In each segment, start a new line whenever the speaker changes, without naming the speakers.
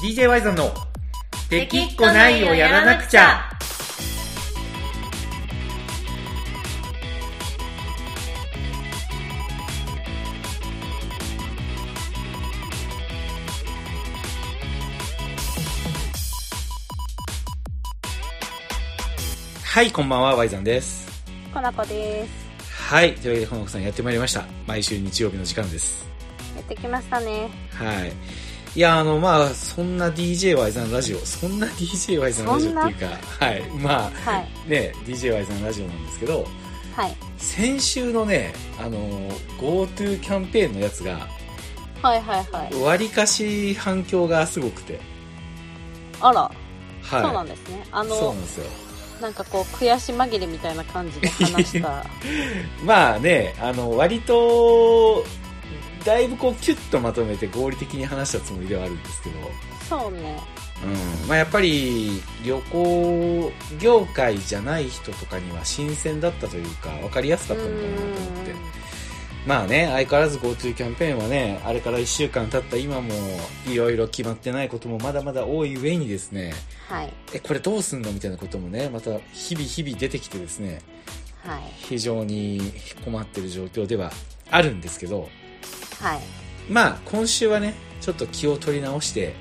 DJ ワイゾンの「できっこないをやらなくちゃ」はいこんばんはワイザンです
コナコです
はいというわけでこの子さんやってまいりました毎週日曜日の時間です
やってきましたね
はいいやあのまあそんな DJY さんラジオそんな DJY さんラジオっていうかはいまあ、
はい
ね DJY さんラジオなんですけど
はい
先週のねあの GoTo キャンペーンのやつが
はいはいはい
わりかし反響がすごくて
あら、
はい
そうなんですねあ
そう
の
なんですよ
なんかこう悔し紛れみたいな感じで話した
まあねあの割とだいぶこうキュッとまとめて合理的に話したつもりではあるんですけど、
そうね
うんまあ、やっぱり旅行業界じゃない人とかには新鮮だったというか分かりやす
う
か
ー
ったのかなと思って
ん
まあね相変わらず GoTo キャンペーンはねあれから1週間経った今もいろいろ決まってないこともまだまだ多い上にですね
はい
えこれどうすんのみたいなこともねまた日々日々出てきてですね
はい
非常に困ってる状況ではあるんですけど
はい
まあ今週はねちょっと気を取り直して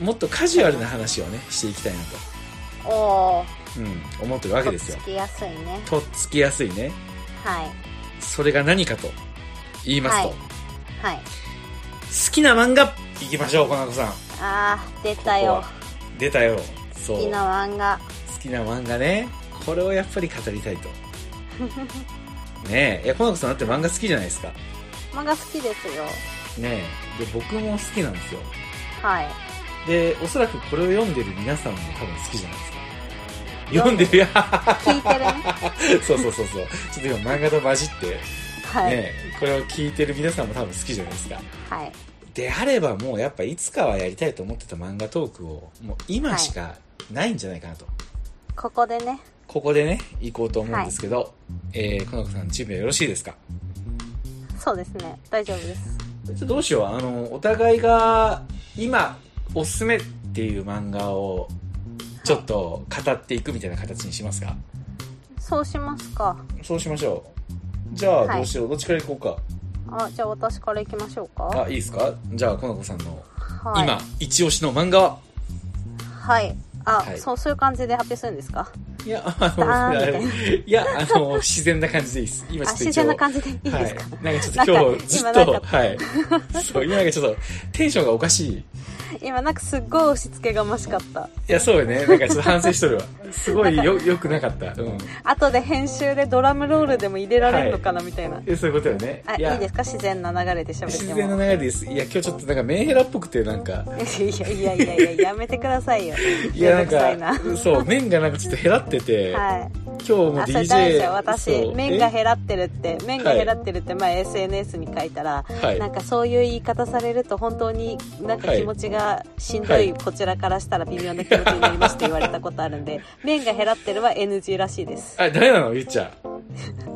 もっとカジュアルな話をねしていきたいな
おー
と、うん、思ってるわけ
とっ
です
つ
よ
きやすいね
とっつきやすいね
はい
それが何かと言いますと、
はいはい
好きな漫画いきましょうこなこさん
あー出たよ
ここは出たよそう
好きな漫画
好きな漫画ねこれをやっぱり語りたい とねえいやこなこさんだって漫画好きじゃないですか
漫画好きですよ
ねえで僕も好きなんですよ
はい
でおそらくこれを読んでる皆さんも多分好きじゃないですか読んでるよ
聞いてる ね
そうそうそうそうちょっと今漫画と混じって、ね
はい、
これを聞いてる皆さんも多分好きじゃないですか
はい
であればもうやっぱいつかはやりたいと思ってた漫画トークをもう今しかないんじゃないかなと、
ここでね
ここでね行こうと思うんですけど、えー、この子さん準備はよろしいですか
そうですね大丈夫です
ちょっとどうしようあのお互いが今おすすめっていう漫画をちょっと語っていくみたいな形にしますか
そうしますか
そうしましょうじゃあ
はい
どうしよう、どっちから行こ
あじゃあ私から行きましょう
うかあ
か
いいですかじゃあこの子さんの
はい
今、一押しの漫画は
はいあ、
はい
そうそういう感じで発表するんですか
いや、あ
ダ
の、
ーン み
いや、あの、自然な感じでいいです。今ちょ
あ
っと一応。
自然な感じでいいですか、
はい。なんかちょっと今日ずっ
なんか
と、
今なん
はい。そう、今なんかちょっとテンションがおかしい。い
今なんかすっごい押し付けがましかった
や、そうよね。なんかちょっと反省しとる わ。すごいよ、よくなかった。うん。
後で編集でドラムロールでも入れられるのかなみたいな、
えそういうことよね。
あいいですか自然な流れで喋って
自
も
然な流れです。いや、今日ちょっとなんかメンヘラっぽくて、なんか、
いやいやいやいややめてくださいよ
いや、
めんどくさい
な
なん
か、そう、面がなんかちょっと減らってて、
はい
今日も
あそれ誰で
DJ
しょ、
そ
私
う
麺が
え
減らってるって麺が減らってるって前 SNS に書いたら、
はい
なんかそういう言い方されると本当になんか気持ちがしんどい、
はい
こちらからしたら微妙な気持ちになりますって言 われたことあるんで麺が減らってるは NG らしいです
あ、誰なのゆっちゃん。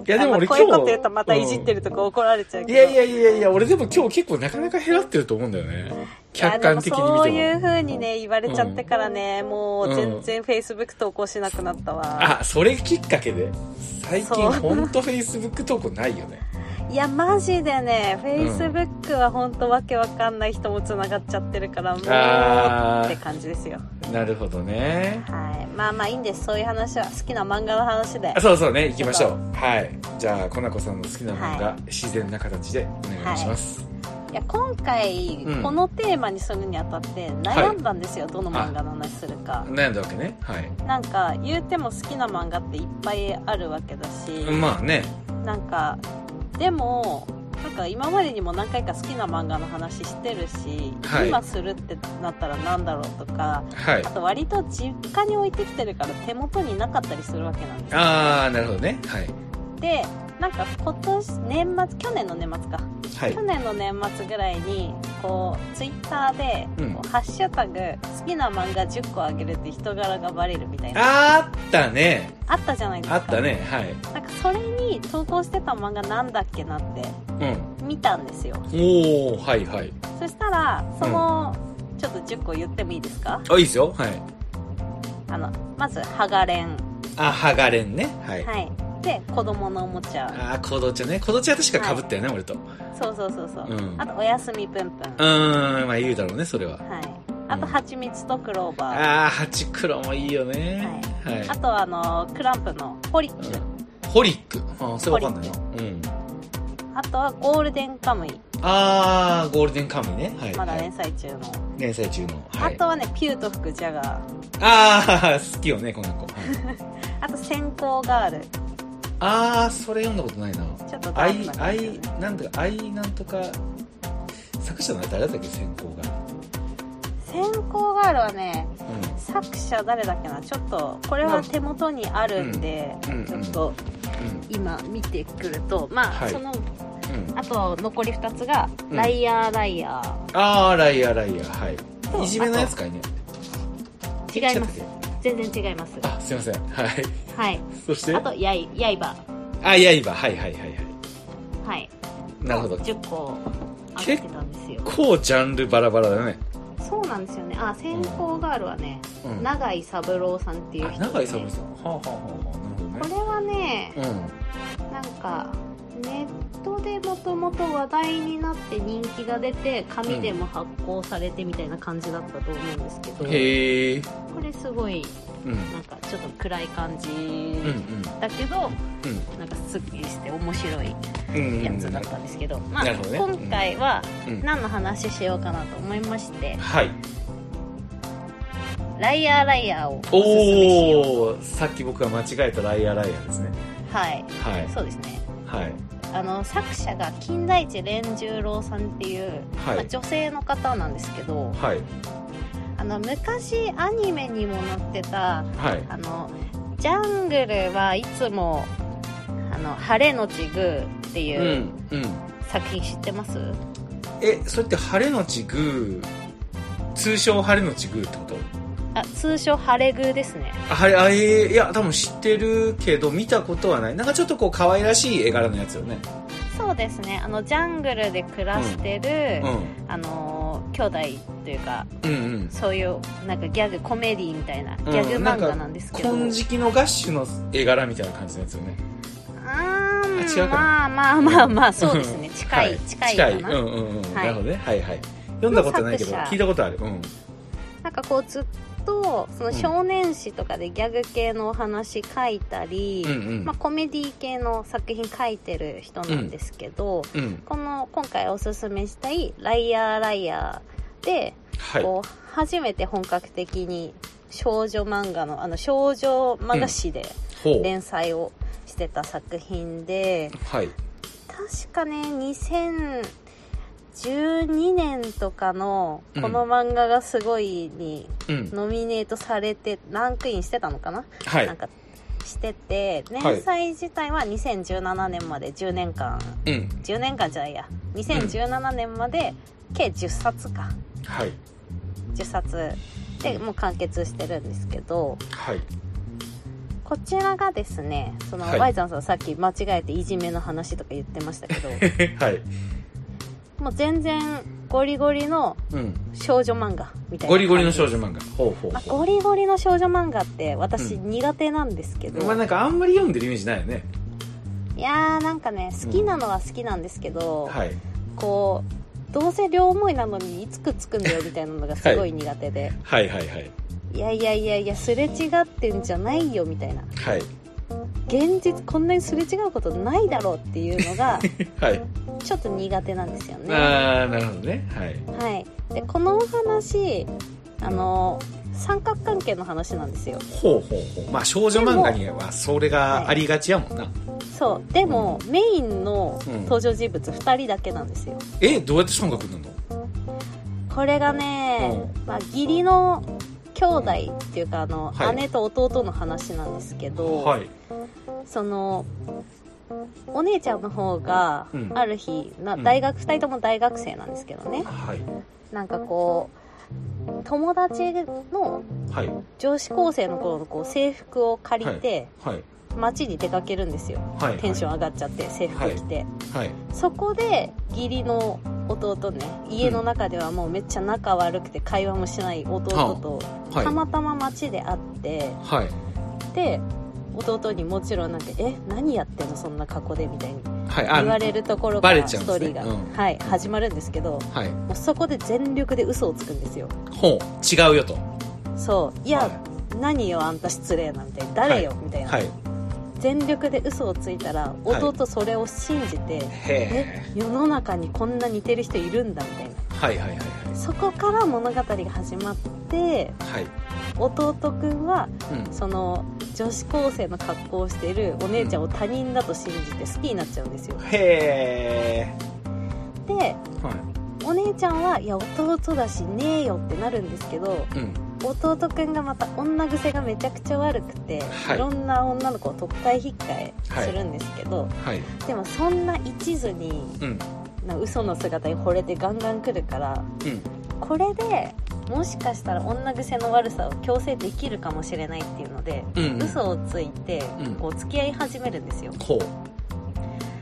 いや、でも俺
あ
今
まあ
日。
こういうこと言うとまたいじってるとか怒られちゃう
い
けど、
やいやいやいや、俺でも今日結構なかなか減らってると思うんだよね。客観的に見ても。
いやでもそういう風にね言われちゃってからね、もう全然 Facebook 投稿しなくなったわ、
あ、それきっかけで。最近
そう
ほんと Facebook 投稿ないよね。
いやマジでね
ん
Facebook は本当わけわかんない人もつながっちゃってるからも
あー
うって感じですよ
なるほどね。
はいまあまあいいんですそういう話は好きな漫画の話で
あそうそうね、行きましょう。はい。じゃあ、コナコさんの好きな漫画、
は
自然な形でお願いします。
いや今回
うん
このテーマにするにあたって悩んだんですよ、どの漫画の話するか
悩んだわけね。はい。
なんか言うても好きな漫画っていっぱいあるわけだし、
まあね。
なんかでもなんか今までにも何回か好きな漫画の話してるし、
はい
今するってなったら何だろうとか
はい
あ。と割と実家に置いてきてるから手元になかったりするわけなんですよ
あー、なるほどね。はい。
でなんか今年年末去年の年末か
はい
去。年の年末ぐらいにこうツイッターで
うん
こうハッシュタグ好きな漫画10個あげるって人柄がバレるみたいな
あったね。
あったじゃないですか
あったね。はい。
なんかそれに投稿してた漫画なんだっけなって
うん。
見たんですよ
おー、はいはい。
そしたらその、
ちょっと10個言ってもいいですか
あ、いいですよ。はい。
あのまずハガレン、
あ、ハガレンね。はい。
はい、で子供のおもちゃ
あー、コドチャね。コドチャ確か被ったよね、俺と。う
そうそうそうそう、
うん
あとおやすみぷんぷん、は
ーん、まあ言うだろうね、それは。
い、あと蜂蜜とクローバー
あー、ハチクロもいいよね。はい。
あとあのクランプのホリッキュ、
うんホリック。あー、それわかんないな。うん。
あとはゴールデンカムイ
あー、ゴールデンカムイね。はい。
まだ
はい
連載中の、
連載中の。は
あ
い
と。はねピューと吹くジャガー
あー、好きよね、この 子。はい
あと先行ガール
あー、それ読んだことないな。
ちょっと
ア
ダー
イ
クな、
ア
感じ
イ、なんとか、アイなんとか、作者の誰だったっけ、先行が。
先行ガールはね
う
作者誰だっけなちょっとこれは手元にあるんで、
うん
ちょっと
ん。うん。
今見てくるとまあ、
はい
その
うん、
あと残り2つが「
うん
ライヤーライヤー
あー、ライアーライアー、
そ
は
う
い。いじめのやつかいね。」
違います
ちょっと
全然違います
待って。あ、すいません。はい。
はい
そして、
あとやい「やいば
あ、やいば。はいはいはいは」
はい
い。なるほど。
10個あげてたんですよ
こうジャンルバラバラだね。
そうなんですよねあ先行ガールはね、
うん。あ、
永井三郎さんっていう人で、
長井三さん。はあはあはあ。なるほどね
こ。れはね
うん。
なんかネットでもともと話題になって人気が出て紙でも発行されてみたいな感じだったと思うんですけど、
へえ。
これすごい
うん。うん
なんかちょっと暗い感じ
うん
だけど、
うん
なんかすっきりして面白い
うん。
やつだったんですけど、まあ、
なるほどね
今回は
うん
何の話しようかなと思いまして
はい。
「ライアーライアー」をおすすめしよ
おー、さっき僕が間違えたライアーライアーですね。
うはい
はい。
そうですね
はい。
あの作者が金田一蓮十郎さんっていう、
はい
まあ女性の方なんですけど
はい。
あの昔アニメにもなってた
はい。
あのジャングルはいつもあの晴れのちグーって
う。
いうん
うん。
作品知ってます、
え、それって晴れのちグー、通称晴れのちグーってこと
あ通称晴れグーですね
あはい、あ、えーいや、多分知ってるけど、見たことはない。なんかちょっとこう、可愛らしい絵柄のやつよね。
そうですねあのジャングルで暮らしてる、
う
あの兄弟というか
ん。うんうん。
そういうなんかギャグコメディみたいなギャグ漫画なんですけど、
金色のガッシュの絵柄みたいな感じのやつよね。
あ
あ違うか
まあまあまあまあそうですね近い、
は
近いかな、
うんうんうん。
は
ないるほどね。はいはい。読んだことないけど、
の作者
聞いたことある。うん。
なんかこうずっとその少年誌とかでギャグ系のお話書いたり、
うんうん。
まあ、コメディ系の作品書いてる人なんですけど、
うん。
この今回おすすめしたい「ライアーライアー」で
はい。
こう初めて本格的に少女漫画のあの少女漫画誌で
ほう。
連載をしてた作品で、
はい。
確かね2012年とかのこの漫画がすごいに
うん。
ノミネートされてランクインしてたのかな、
は
なん
い。
かしてて
はい
連載自体は2017年まで10年間
うん。
10年間じゃないや2017年まで計10冊か
はい。
10冊でもう完結してるんですけど
はい。
こちらがですねその、
はい
ワイザンさんさっき間違えていじめの話とか言ってましたけ ど
はい。
もう全然ゴリゴリの
うん。
少女漫画みたいな感じ
ゴリゴリの少女漫画。ほうほう
まあ
ほ
ゴリゴリの少女漫画って私
う
苦手なんですけど、
う。まあなんかあんまり読んでるイメージないよね。
いやーなんかね好きなのは好きなんですけど、
はい。
こうどうせ両思いなのにいつくっつくんだよみたいなのがすごい苦手で、
はいはいはい。
い、やいやいやいやすれ違ってんじゃないよみたいな
はい。
現実こんなにすれ違うことないだろうっていうの が
はい。
ちょっと苦手なんですよね。は
ああ、なるほどね。はい。
い、でこのお話あの三角関係の話なんですよ。
ほうほうほう。まあ少女漫画にはそれがありがちやもんな。
そうでもメインの
うん
登場人物2人だけなんですよ。
え、どうやって三角になるの
これがね、まあ、義理の兄弟っていうかあの、
はい
姉と弟の話なんですけど、
はい。
そのお姉ちゃんの方が
うん
ある日、な
うん
大学2人とも大学生なんですけどね
はい。
なんかこう友達の
はい。
女子高生の頃のこう制服を借りて
はい。
街に出かけるんですよ
はい。
テンション上がっちゃって制服着て、
はい。
そこで義理の弟ね家の中ではもうめっちゃ仲悪くて会話もしない弟と
はい
たまたま街で会って
はい
で弟にもちろんなんか「え何やってんのそんな過去で」みたいに
はいあ
言われるところか
バレ
ら
ちゃう
ス
んですね
トーリーが、
うん
はい、始まるんですけども
はいう
そこで全力で嘘をつくんですよ
ほう違うよと
そういや、何よあんた失礼なみたいな誰よ、みたいな、
はいはい
全力で嘘をついたら
はい
弟それを信じて、え
へえ
世の中にこんな似てる人いるんだみたいな
はいはいはい
そこから物語が始まって
はいはい
弟くんは
うん
その女子高生の格好をしてるお姉ちゃんを他人だと信じて好きになっちゃうんですよ
へ
で
えはい
お姉ちゃんはいや弟だしねえよってなるんですけど
うん
弟くんがまた女癖がめちゃくちゃ悪くて、
はい
い、ろんな女の子をとっかえひっかえ
はい
するんですけど、
はい
でもそんな一途に
うん
な嘘の姿に惚れてガンガン来るから
うん
これでもしかしたら女癖の悪さを強制できるかもしれないっていうので、
うん
嘘をついて
うん
こう付き合い始めるんですよ
ほう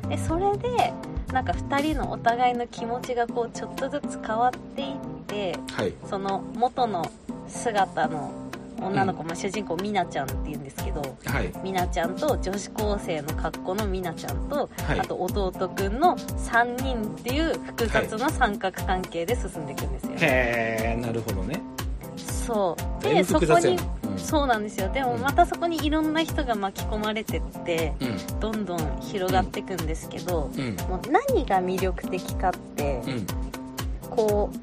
でそれでなんか2人のお互いの気持ちがこうちょっとずつ変わっていって
はい
その元の姿の女の子、まあ主人公ミナちゃんっていうんですけど
はい
ミナちゃんと女子高生の格好のミナちゃんと、
はい
あと弟くんの3人っていう複雑な三角関係で進んでいくんですよ、
へえなるほどね
そう
だいぶ
でそ
複
こ
雑や
に
なうん
そうなんですよでもまたそこにいろんな人が巻き込まれてって
う
どんどん広がっていくんですけど、
んうん
もう何が魅力的かって、
うん
こう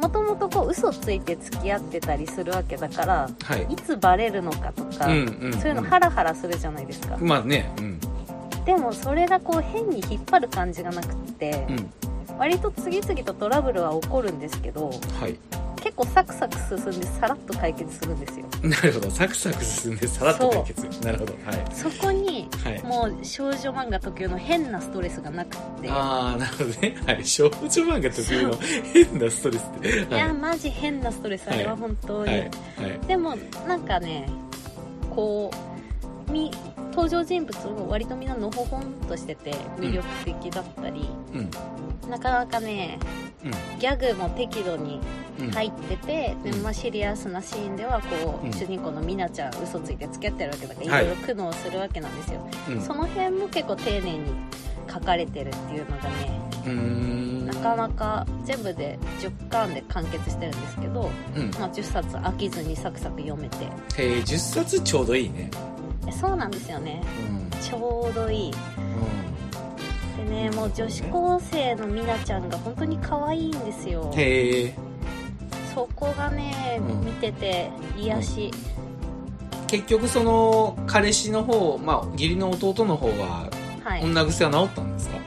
もともとこう嘘ついて付き合ってたりするわけだから
はい
いつバレるのかとか、
うんうん
そういうのハラハラするじゃないですか、
まあねうん
でもそれがこう変に引っ張る感じがなくって、
うん
割と次々とトラブルは起こるんですけど
はい
結構サクサク進んでさらっと解決するんですよ
なるほどサクサク進んでさらっと解決なるほどはい
そこに
はい
もう少女漫画特有の変なストレスがなくって
ああなるほどねはい少女漫画特有の変なストレスって
い
はい
やマジ変なストレスあれは本当に、
はいはい
でもなんかねこうみ登場人物も割とみんなのほほんとしてて魅力的だったり、
うん
なかなかね
う
ギャグも適度に
んうん
入ってて、でまあ、シリアスなシーンではこう、
うん
主人公のミナちゃん嘘ついて付き合ってるわけだから、
はい
い、ろいろ苦悩するわけなんですよ、
うん
その辺も結構丁寧に書かれてるっていうのがね
うーん
なかなか全部で10巻で完結してるんですけど、
うん
まあ、10冊飽きずにサクサク読めて
えー10冊ちょうどいいね
えそうなんですよね
うん
ちょうどいいでねもう女子高生のミナちゃんが本当に可愛いんですよ
うんへえ
そこが
う
ね、
ん
見てて癒し、
結局その彼氏の方まあ義理の弟の方は
はい
女癖は治ったんですか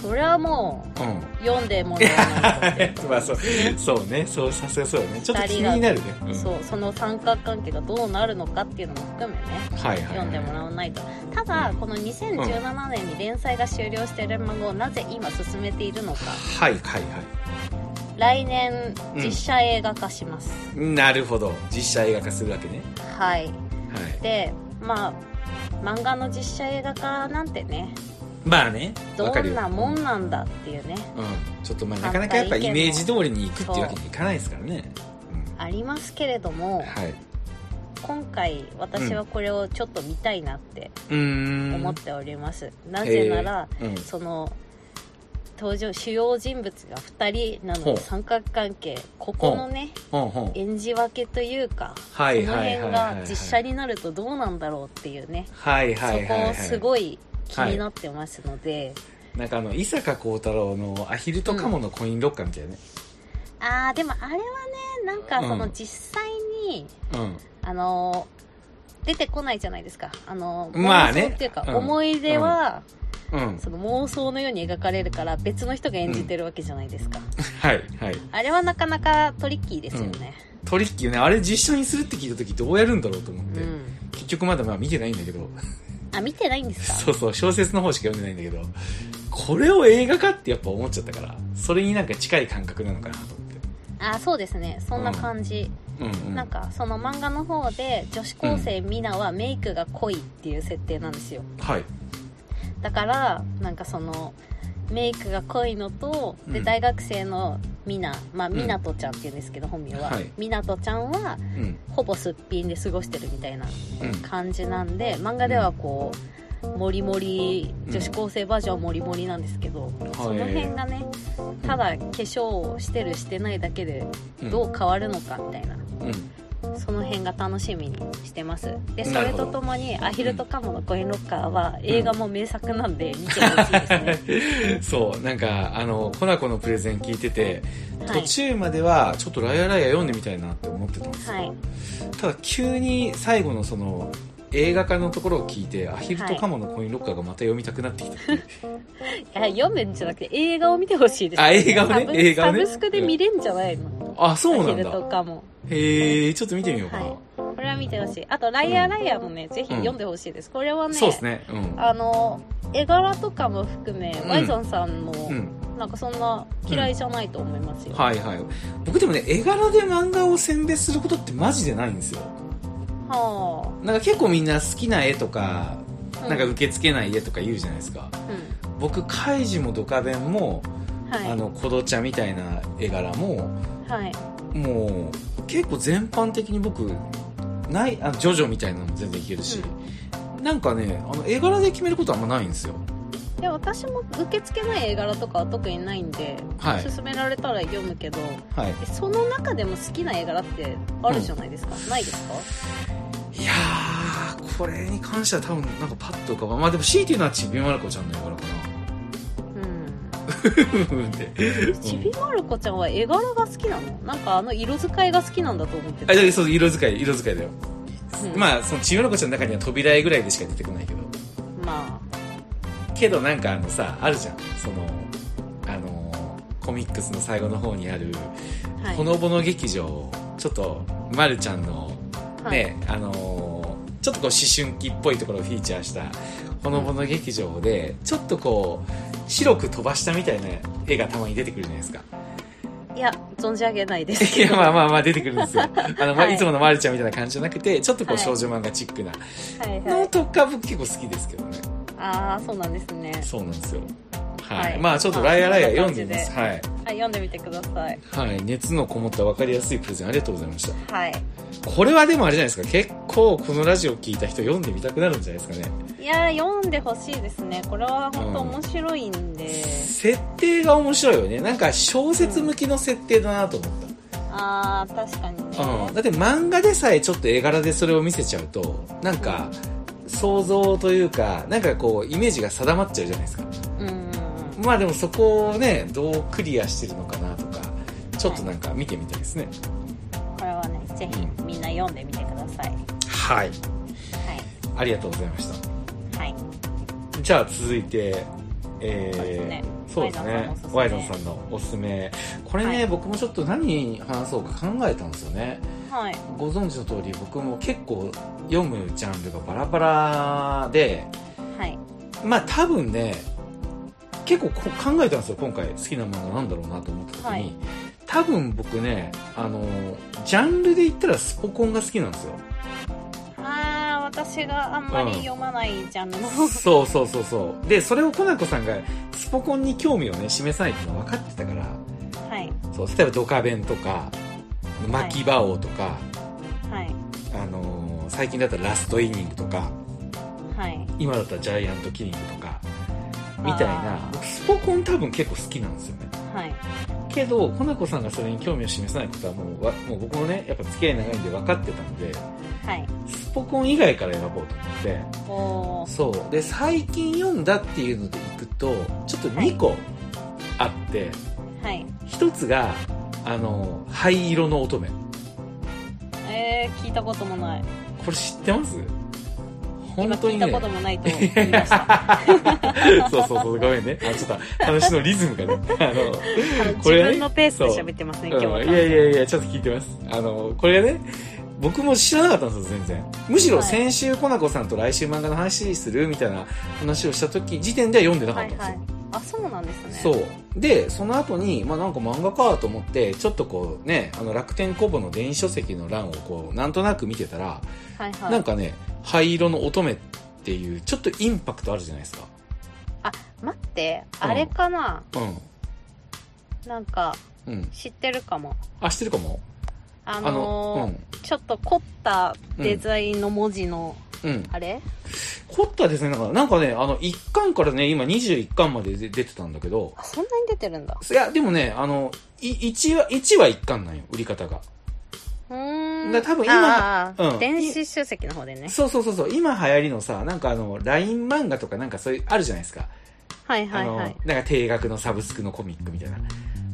それはもう
うん
読んでもらわないとって
まあそうそうねそうさすがそうだねちょっと気になるね、 うん
そうその三角関係がどうなるのかっていうのも含めね
はいはいは
読
い
んでもらわないとただこの2017年に連載が終了している漫画をなぜ今進めているのか
はいはいは
来年
うん
実写映画化します、
いなるほど実写映画化するわけね
はい
はい
でまあ漫画の実写映画化なんてね
まあねわ
ど
かる
ん
よ
なもんなんだっていうね
うん、ちょっとまあなかなかやっぱイメージ通りに行くっていうわけにいかないですからねうん
ありますけれども
はい
今回私はこれをちょっと見たいなって
うーん
思っております、なぜなら、
へーうん
その登場主要人物が2人なの
ほう
で三角関係ここのね
ほんほん
演じ分けというか、
はいはい
こ
は
の
い
辺
はい
が実写になるとどうなんだろうっていうね、
はいはいはい、はい、
そこすごい気になってますので、
なんかあの伊坂幸太郎の「アヒルとカモのコインロッカー」みたいなね
あーでもあれはねなんかその
うん
実際に、
うん
あのー出てこないじゃないですかあのー
まあね
妄想っていうか、
うん
思い出は、
うん
その妄想のように描かれるから別の人が演じてるわけじゃないですか、
はいはい
あれはなかなかトリッキーですよね。
トリッキーねあれ実写にするって聞いた時どうやるんだろうと思っ
うん。
て、結局まだまあ見てないんだけど
あ、見てないんですか
そうそう、小説の方しか読んでないんだけど、これを映画化ってやっぱ思っちゃったから、それになんか近い感覚なのかなと思って。
あ、そうですね。そんな感じ。
うんうん。
なんか、その漫画の方で、女子高生ミナはメイクが濃いっていう設定なんですよ。
はい。
だから、なんかその、メイクが濃いのと、で
うん
大学生のミナ、まあ、
ん
ミナトちゃんっていうんですけど、本名は、
はい
ミナトちゃんは
うん
ほぼすっぴんで過ごしてるみたいな
うん
感じなんで漫画ではこうモリモリ女子高生バージョンはモリモリなんですけど、その辺がねただ化粧をしてるしてないだけでどう変わるのかみたいな
うん、うん
その辺が楽しみにしてますでそ
なる
れ
ほど
とともに「アヒルとカモのコインロッカー」は映画も名作なんで見てほしいですね
そうなんかあのコナコのプレゼン聞いてて、
は
途
い
中まではちょっと「ライアライア」読んでみたいなって思ってたんですよ、
はい
ただ急に最後のその映画化のところを聞いて「アヒルとカモのコインロッカー」がまた読みたくなってきたっていう、
いや読むんじゃなくて映画を見てほしいです
あ映画をね
サブ
映画をね
サブスクで見れんじゃないの
あそうなん
アヒルと
だ
カモ
へえちょっと見てみようかな、
はいこれは見てほしいあと「ライアーライアー」もね、ぜひ読んでほしいですこれはね
そうですねうん
あの絵柄とかも含め、
ん
ワイゾンさんも、
うん、
なんかそんな嫌いじゃないと思いますよ、
はいはい僕でもね絵柄で漫画を選別することってマジでないんですよ
は
なんか結構みんな好きな絵とか、
あ
なんか受け付けない絵とか言うじゃないですか
う
僕カイジもドカベンも
んはい
あのコドちゃんみたいな絵柄も
はい
もう結構全般的に僕ないあジョジョみたいなのも全然いけるし、なんかねあの絵柄で決めることはあんまないんですよ
いや私も受け付けない絵柄とかは特にないんで、
はい
勧められたら読むけど
はい
えその中でも好きな絵柄ってあるじゃないですか、ないですか
いやーこれに関しては多分なんかパッと浮かばんまあでも C っていうのはちびまる子ちゃんの絵柄か
うん
なふふんって
ちびまる子ちゃんは絵柄が好きなのなんかあの色使いが好きなんだと思って
あ
た、
じゃあそう色使い色使いだよ、
うん
まあそのちびまる子ちゃんの中には扉絵ぐらいでしか出てこないけど
ま
けどなんかあのさあるじゃんそのあのーコミックスの最後の方にある
あはい
ほのぼの劇場ちょっとまるちゃんの
はい
ね、あのーちょっとこう思春期っぽいところをフィーチャーしたほのぼの劇場でちょっとこう白く飛ばしたみたいな絵がたまに出てくるじゃないですか
いや存じ上げないです
い
け
や
ど
まあまあまあ出てくるんです よあの、まあ
はい
い、つものまるちゃんみたいな感じじゃなくてちょっとこう
はい
少女漫画チックな
はいは
の
い
とか僕結構好きですけどね
ああそうなんですね
そうなんですよはい、
はい
まあちょっと「ライアライア」読んでみます
ま
はい、
はい読んでみてください
はい、熱のこもった分かりやすいプレゼンありがとうございました
はい
これはでもあれじゃないですか結構このラジオ聞いた人読んでみたくなるんじゃないですかね
いやー読んでほしいですねこれは本当面白いんで、
設定が面白いよねなんか小説向きの設定だなと思っ
ああ確かにね、
た、うんだって漫画でさえちょっと絵柄でそれを見せちゃうとなんか想像というかなんかこうイメージが定まっちゃうじゃないですか
うんうん
まあでもそこをねどうクリアしてるのかなとかちょっとなんか見てみたいですね
これはねぜひみんな読んでみてください
はい
は
ありがとうございました
いはい
じゃあ続いて
そうです
え
ね
ーそうですねワ
ワ
イ
イ
ド
ド
ン
ン
さ
さ
んのおすすめこれね、
はい
僕もちょっと何話そうか考えたんですよね
はい
ご存知の通り僕も結構読むジャンルがバラバラで
はい
まあ多分ね結構こう考えたんですよ今回好きな漫画なんだろうなと思った時に、
はい
多分僕ねあのジャンルで言ったらスポコンが好きなん ですよ
あー私があんまり読まないジャンル の、
そうそうそうそうでそれをコナコさんがスポコンに興味をね示さないっていうのは分かってたから
はい
そう例えばドカベンとか巻き場王とか、
はい
あのー最近だったらラストイニングとか
はい
今だったらジャイアントキリングとかみたいな
あ
僕スポコン多分結構好きなんですよね
はい
けどコナコさんがそれに興味を示さないことはもうわもう僕もねやっぱ付き合い長いんで分かってたんで
はい
スポコン以外から選ぼうと思って
おー
そうで最近読んだっていうのでいくとちょっと2個あって、
はい
一1つがあのー灰色の乙女
えー、聞いたこともない
これ知ってます本
今
当
聞
に
い
ね
たこともないと言いました
そうそうそうごめんねあちょっと話のリズムがねあの
あの
こ
自
れね
分のペースで喋ってますね今日は、
うんいやいやいや、ちょっと聞いてます。あの、これね、僕も知らなかったんですよ、全然。むしろ
はい
先週、コナコさんと来週漫画の話するみたいな話をした時、時点では読んでなか
は
っ
い
た
は
ん
いあそうなんですね
ですよ。そう。で、その後に、まあなんか漫画かと思って、ちょっとこうね、あの楽天コボの電子書籍の欄をこう、なんとなく見てたら、
はいはい
なんかね、灰色の乙女っていう、ちょっとインパクトあるじゃないですか。
あ待って
うん
あれかな、
う
なんか
んうん
知ってるかも
あ知ってるかも
あ
あ
のー
の
ちょっと凝ったデザインの文字の、
うんうん
あれ
凝ったですねなんかなんかねあの1巻からね今21巻までで出てたんだけど
あそんなに出てるんだ
いやでもねあのい1は1は1巻なんよ売り方が
うーん
だから多分今
あー
うん
電子書籍の方でね
そうそうそうそう今流行りのさなんかあの LINE 漫画とかなんかそういうあるじゃないですか
はいは
あ
い
の、
はい
なんか定額のサブスクのコミックみたいな。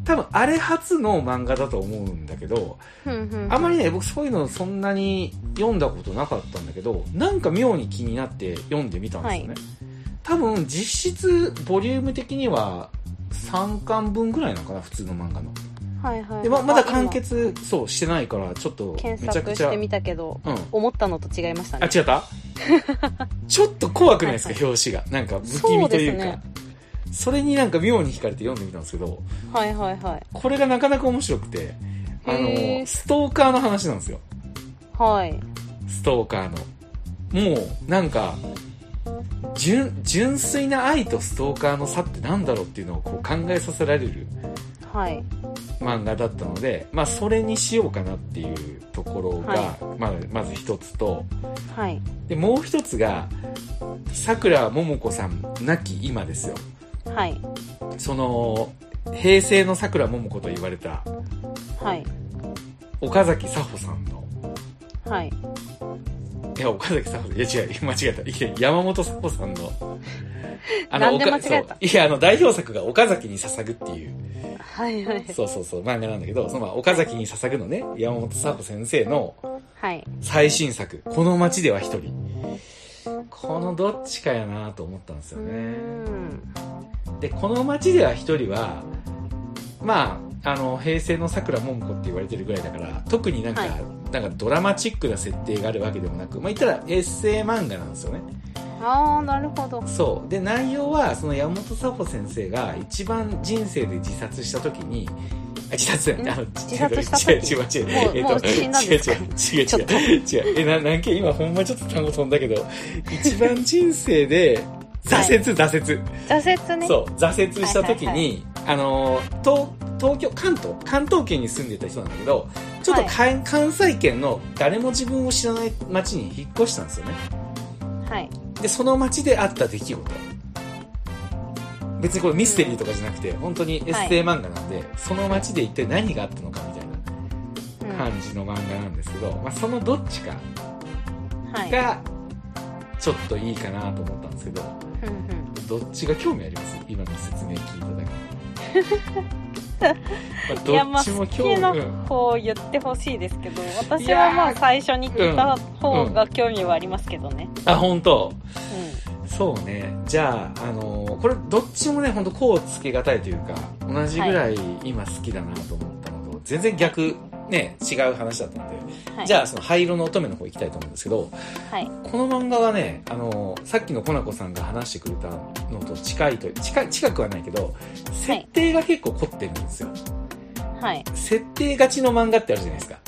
多分、あれ初の漫画だと思うんだけど、
ふんふんふん
あまりね、僕そういうのそんなに読んだことなかったんだけど、なんか妙に気になって読んでみたんですよね。
はい
多分、実質、ボリューム的には3巻分ぐらいなのかな、普通の漫画の。
はいはい
でままだ
あ今
完結、そう、してないから、ちょっと、めち
検
ゃく
索
ち
し
ゃ。う
て
ん。
みたけど
あ、
思ったのと違いましたね
違った ちょっと怖くないですか、表紙が。なんか、不気味というか。
そうで
それになんか妙に惹かれて読んでみたんですけど、
はいはいはい
これがなかなか面白くて、あ
へ
の、
ー
ストーカーの話なんですよ。
はい
ストーカーの。もう、なんか、純、純粋な愛とストーカーの差ってなんだろうっていうのをこう考えさせられる
はい
漫画だったので、まあそれにしようかなっていうところが、
は
まあまず一つと、
はい
で、もう一つが、桜ももこさん亡き今ですよ。
はい
その、平成の桜ももこと言われた
はい
岡崎佐穂さんの
はい
いや、岡崎さん、いや違う、間違えた。いや、山本佐穂さんの。
なんで間違えた
岡そういや、あの、代表作が岡崎に捧ぐっていう、
はいはい
そうそうそう、漫画なんだけど、その、岡崎に捧ぐのね、山本佐穂先生の
はい
最新作、この街では一人。このどっちかやなと思ったんです
う
よね。
ーん
で、この街では一人は、まあ、あの、平成の桜ももこって言われてるぐらいだから、特になんか、
はい
なんかドラマチックな設定があるわけでもなく、まあ言ったらエッセイ漫画なんですよね。
ああなるほど
そうで内容はその山本佐穂先生が一番人生で自殺した時にあ自殺じゃない
ん
あの
自殺した時
違う違う違う違
もう
う
もう
え
死んだんですか
っ
ち
と
ょっと
違う違う違う違うえななんけ今ほんまちょっと単語飛んだけど一番人生で挫折挫折、
挫折ね
そう挫折した時に、
はいはい
あのー東東京関東関東圏に住んでた人なんだけどちょっとかん、関西圏の誰も自分を知らない町に引っ越したんですよね
はい
でその街であった出来事別にこれミステリーとかじゃなくて、本当にエッセイ漫画なんで、その街で一体何があったのかみたいな
うん
感じの漫画なんですけど、まあ、そのどっちか
はい
がちょっといいかなと思ったんですけど
うんうん
どっちが興味あります今の説明聞いただけ
いや
でま
ま
あどっ
あ
ちも興
好き
味、
な
うん
方言ってほしいですけど
い
私
や
は
ー
まあ最初に聞いた方が興味はありますけどね
あ本当
う
そうねじゃあ、あのーこれどっちもね本当こうつけがたいというか同じぐらい今好きだなと思ったのと、全然逆ね違う話だったので、
んはい
じゃあその灰色の乙女の方行きたいと思うんですけど
はい
この漫画はね、あのーさっきのコナコさんが話してくれたのと近いと近い近くはないけど設定が結構凝ってるんですよ、
はい
設定勝ちの漫画ってあるじゃないですか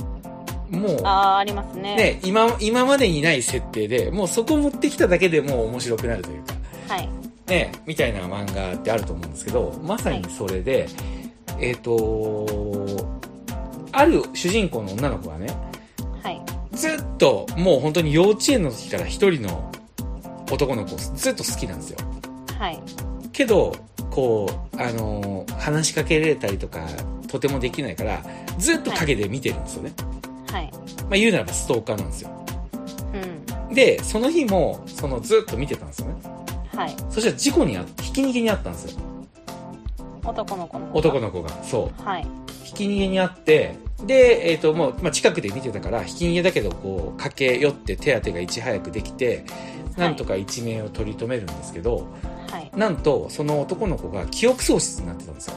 もう
ああーありますね
ね、今今までにない設定でもうそこ持ってきただけでもう面白くなるというか
はい
ね、みたいな漫画ってあると思うんですけど、まさにそれで、えっ、と、ある主人公の女の子がね、
はい
ずっともう本当に幼稚園の時から一人の男の子をずっと好きなんですよ。
はい
けど、こう、あのー話しかけられたりとか、とてもできないから、ずっと陰で見てるんですよね。
はい
まあ言うならばストーカーなんですよ。
うん
で、その日も、そのずっと見てたんですよね。
はい
そしたら事故にあって、ひき逃げにあったんですよ。
男の子の
男の子が。そう。
はい
ひき逃げにあって、で、えっ、と、もう、まあ、近くで見てたから、ひき逃げだけど、こう、駆け寄って手当てがいち早くできて、なんとか一命を取り留めるんですけど、
はい
なんと、その男の子が記憶喪失になってたんですよ。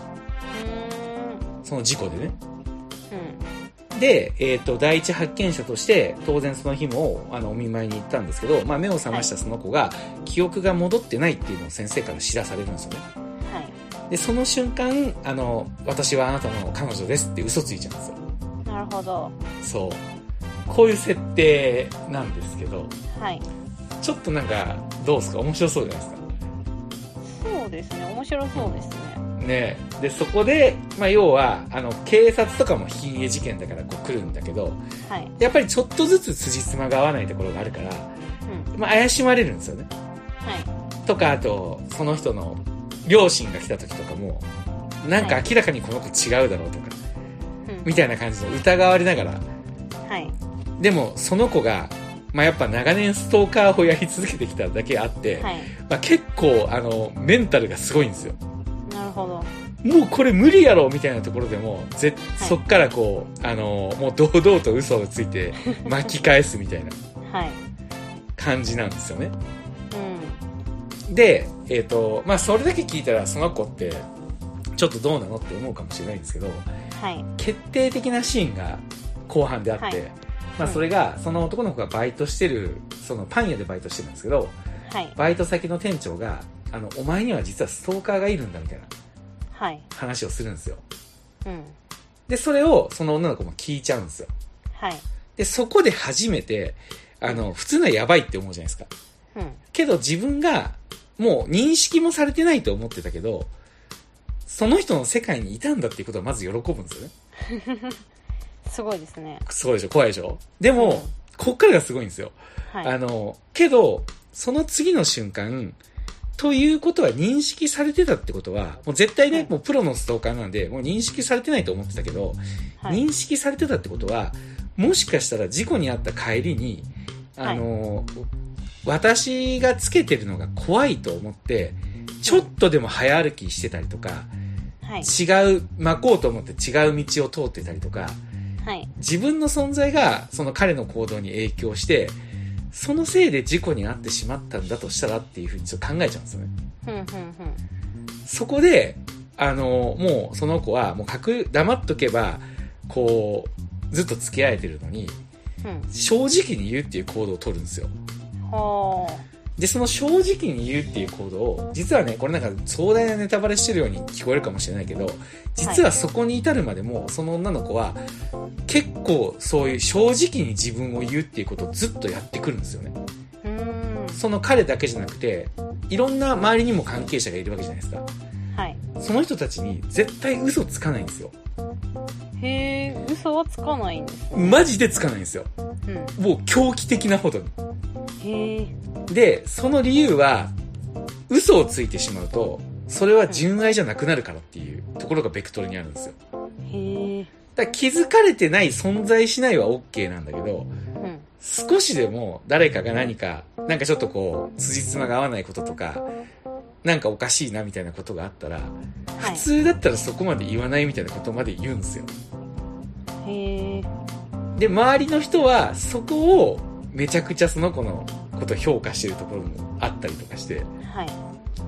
うーん
その事故でね。
うん
で、えっ、と、第一発見者として、当然その日も、あの、お見舞いに行ったんですけど、まあ、目を覚ましたその子が、記憶が戻ってないっていうのを先生から知らされるんですよね。
はい
で、その瞬間、あの、私はあなたの彼女ですって嘘ついちゃうんですよ。
なるほど
そうこういう設定なんですけど
はい
ちょっとなんかどうですか面白そうじゃないですか
そうですね面白そうですね
ねでそこで、まあ、要はあの警察とかもひんえ事件だからこう来るんだけど
はい、
やっぱりちょっとずつ辻褄が合わないところがあるから、
うん
まあ、怪しまれるんですよね
は
とかあとその人の両親が来た時とかもなんか明らかにこの子違うだろうとか、
いうん
みたいな感じの疑われながら
はい
でもその子が、まあ、やっぱ長年ストーカーをやり続けてきただけあって、
はい
まあ、結構あのメンタルがすごいんですよ
なるほど
もうこれ無理やろみたいなところでもぜ、そっからこうあのもう堂々と嘘をつい て巻き返すみたいな
はい
感じなんですよね
うん
でえっ、とまあそれだけ聞いたらその子ってちょっとどうなのって思うかもしれないんですけど
はい
決定的なシーンが後半であって、
はい
まあ、
うん
それがその男の子がバイトしてるそのパン屋でバイトしてるんですけど
はい
バイト先の店長があのお前には実はストーカーがいるんだみたいな
はい
話をするんですよ
うん
でそれをその女の子も聞いちゃうんですよ
はい
で、そこで初めて、あの、普通のはやばいって思うじゃないですか。
うん
けど自分が、もう認識もされてないと思ってたけど、その人の世界にいたんだっていうことはまず喜ぶんですよね。
すごいですね
すごいでしょ怖いでしょでも、
うん
こっからがすごいんですよ。
はい
あの、けど、その次の瞬間、ということは認識されてたってことは、もう絶対ね、
はい
もうプロのストーカーなんで、もう認識されてないと思ってたけど、
はい
認識されてたってことはもしかしたら事故に遭った帰りにあの、私がつけてるのが怖いと思ってちょっとでも早歩きしてたりとか
はい
違う巻こうと思って違う道を通ってたりとか
はい
自分の存在がその彼の行動に影響してそのせいで事故に遭ってしまったんだとしたらっていうふうにちょっと考えちゃうんですよね。
ふんふんふん
そこで、あの、もうその子は、もう隠、黙っとけば、こう、ずっと付き合えてるのに、
ふん
正直に言うっていう行動を取るんですよ。
ほ
で、その正直に言うっていう行動を、実はね、これなんか壮大なネタバレしてるように聞こえるかもしれないけど、実はそこに至るまでも、その女の子は、結構そういう正直に自分を言うっていうことをずっとやってくるんですよね。
ううーん
その彼だけじゃなくて、いろんな周りにも関係者がいるわけじゃないですか。
はい
その人たちに絶対嘘つかないんですよ。
へえ嘘はつかないんですね
マジでつかないんですよ。
うん
もう狂気的なほどに。
へえ
で、その理由は、嘘をついてしまうと、それは純愛じゃなくなるからっていうところがベクトルにあるんですよ。だか
へえ
ら気づかれてない、存在しないは OK なんだけど、
うん
少しでも誰かが何か、なんかちょっとこう、辻褄が合わないこととか、なんかおかしいなみたいなことがあったら、
は
普通だったらそこまで言わないみたいなことまで言うんですよ。
いへえ
で周りの人はそこをめちゃくちゃその子のことを評価してるところもあったりとかして
はい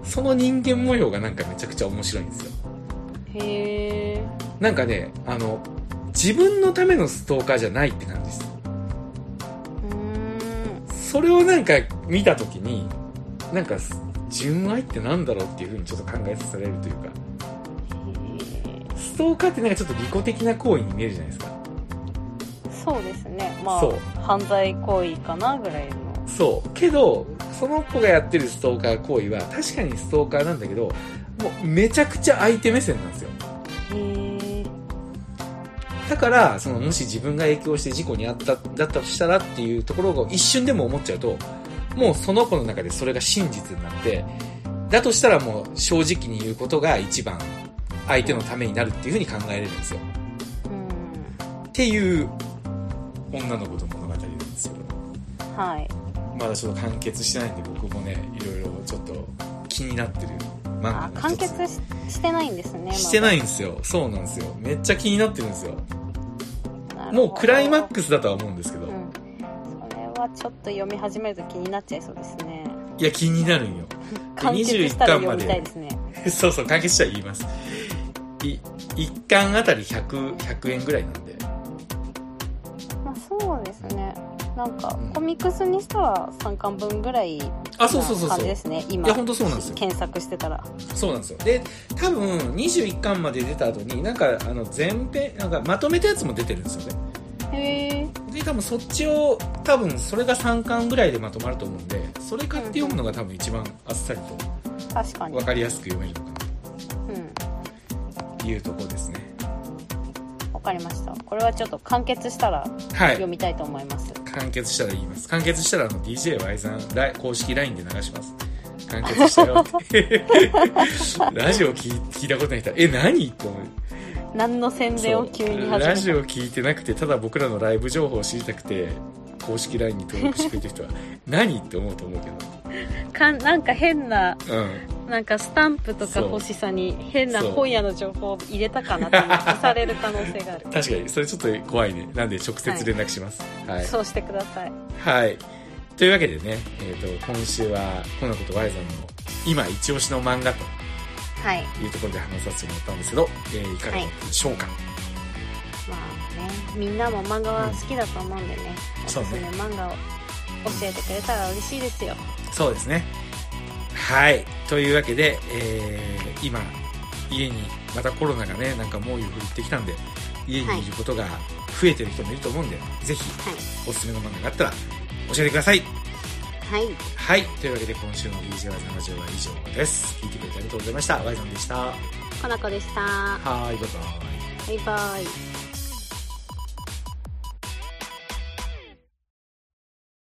その人間模様がなんかめちゃくちゃ面白いんですよ
へえ
なんかねあの自分のためのストーカーじゃないって感じで
うーん
すそれをなんか見た時になんか純愛ってなんだろうっていう風にちょっと考えさせられるというか
へ
ストーカーってなんかちょっと利己的な行為に見えるじゃないですか
ーそうですねま
そう
あ犯罪行為かなぐらいの
そうけどその子がやってるストーカー行為は確かにストーカーなんだけどもうめちゃくちゃ相手目線なんですよ
へえ
だからそのもし自分が影響して事故に遭っただったとしたらっていうところを一瞬でも思っちゃうともうその子の中でそれが真実になってだとしたらもう正直に言うことが一番相手のためになるっていうふうに考えれるんですよ
うん
っていう女の子と物語なんですよ
はい
まだちょっと完結してないんで僕もねいろいろちょっと気になってる漫画
あ
の
完
一つ
結ししてないんですね
してないいんですよそうなんですよめっちゃ気になってるんですよも
も
うクライマックスだとは思うんですけど、
うんそれはちょっと読み始めると気になっちゃいそうですね
いや気になるんよ
完結したら読みたいですね
そうそう完結したら言いますい1巻あたり 100, 100円ぐらいなんで
まあそうですねなんか
うん
コミックスにしたら3巻分ぐらい
あそうそうそう
な
そ
感じで
う
すね
い
今
や本当そうなんですよ
検索してたら
そうなんですよで多分21巻まで出た後になんかあの前編なんかまとめたやつも出てるんですよね
へえ
で多分そっちを多分それが3巻ぐらいでまとまると思うんでそれ買って読むのが多分一番あっさりと
確かに
わかりやすく読めるのか
うん
なというところですね
わかりましたこれはちょっと完結したら
はい
読みたいと思います、
完結したら言います完結したらあの DJY さんライ公式 LINE で流します完結したよ ってラジオ聞い聞いたことない人はえ何って思う
何の宣伝を急に
そうラ
始
ジ
め
オ聞いてなくてただ僕らのライブ情報を知りたくて公式 LINE に登録してくれた人は 何って思うと思うけ
たかんなんか変な
どうん
なんかスタンプとか
そう
欲しさに変な
そう
本屋の情報を入れたかなって消される可能性がある
確かにそれちょっと怖いねなんで直接連絡します はい、
そうしてください
はい、というわけでね、えー、と今週はこのこと Y さんの今一押しの漫画と
はい
いうところで話させてもらったんですけど、えーいかがだったでしょうか、
まあねみんなも漫画は好きだと思うんでね、おすす
そう
め
ね
漫画を教えてくれたら嬉しいですよ
そうですね。はい。というわけで、えー今、家に、またコロナがね、なんか猛威を振るってきたんで、家にいることが増えてる人もいると思うんで、ぜひ、おすすめの漫画があったら、教えてください。
はいはい
はい。というわけで、今週の DJ ワイザンラジオは以上です。聞いてくれてありがとうございました。ワイザンでした。は
コナコでした
ーい、バイバイ。
バイバイ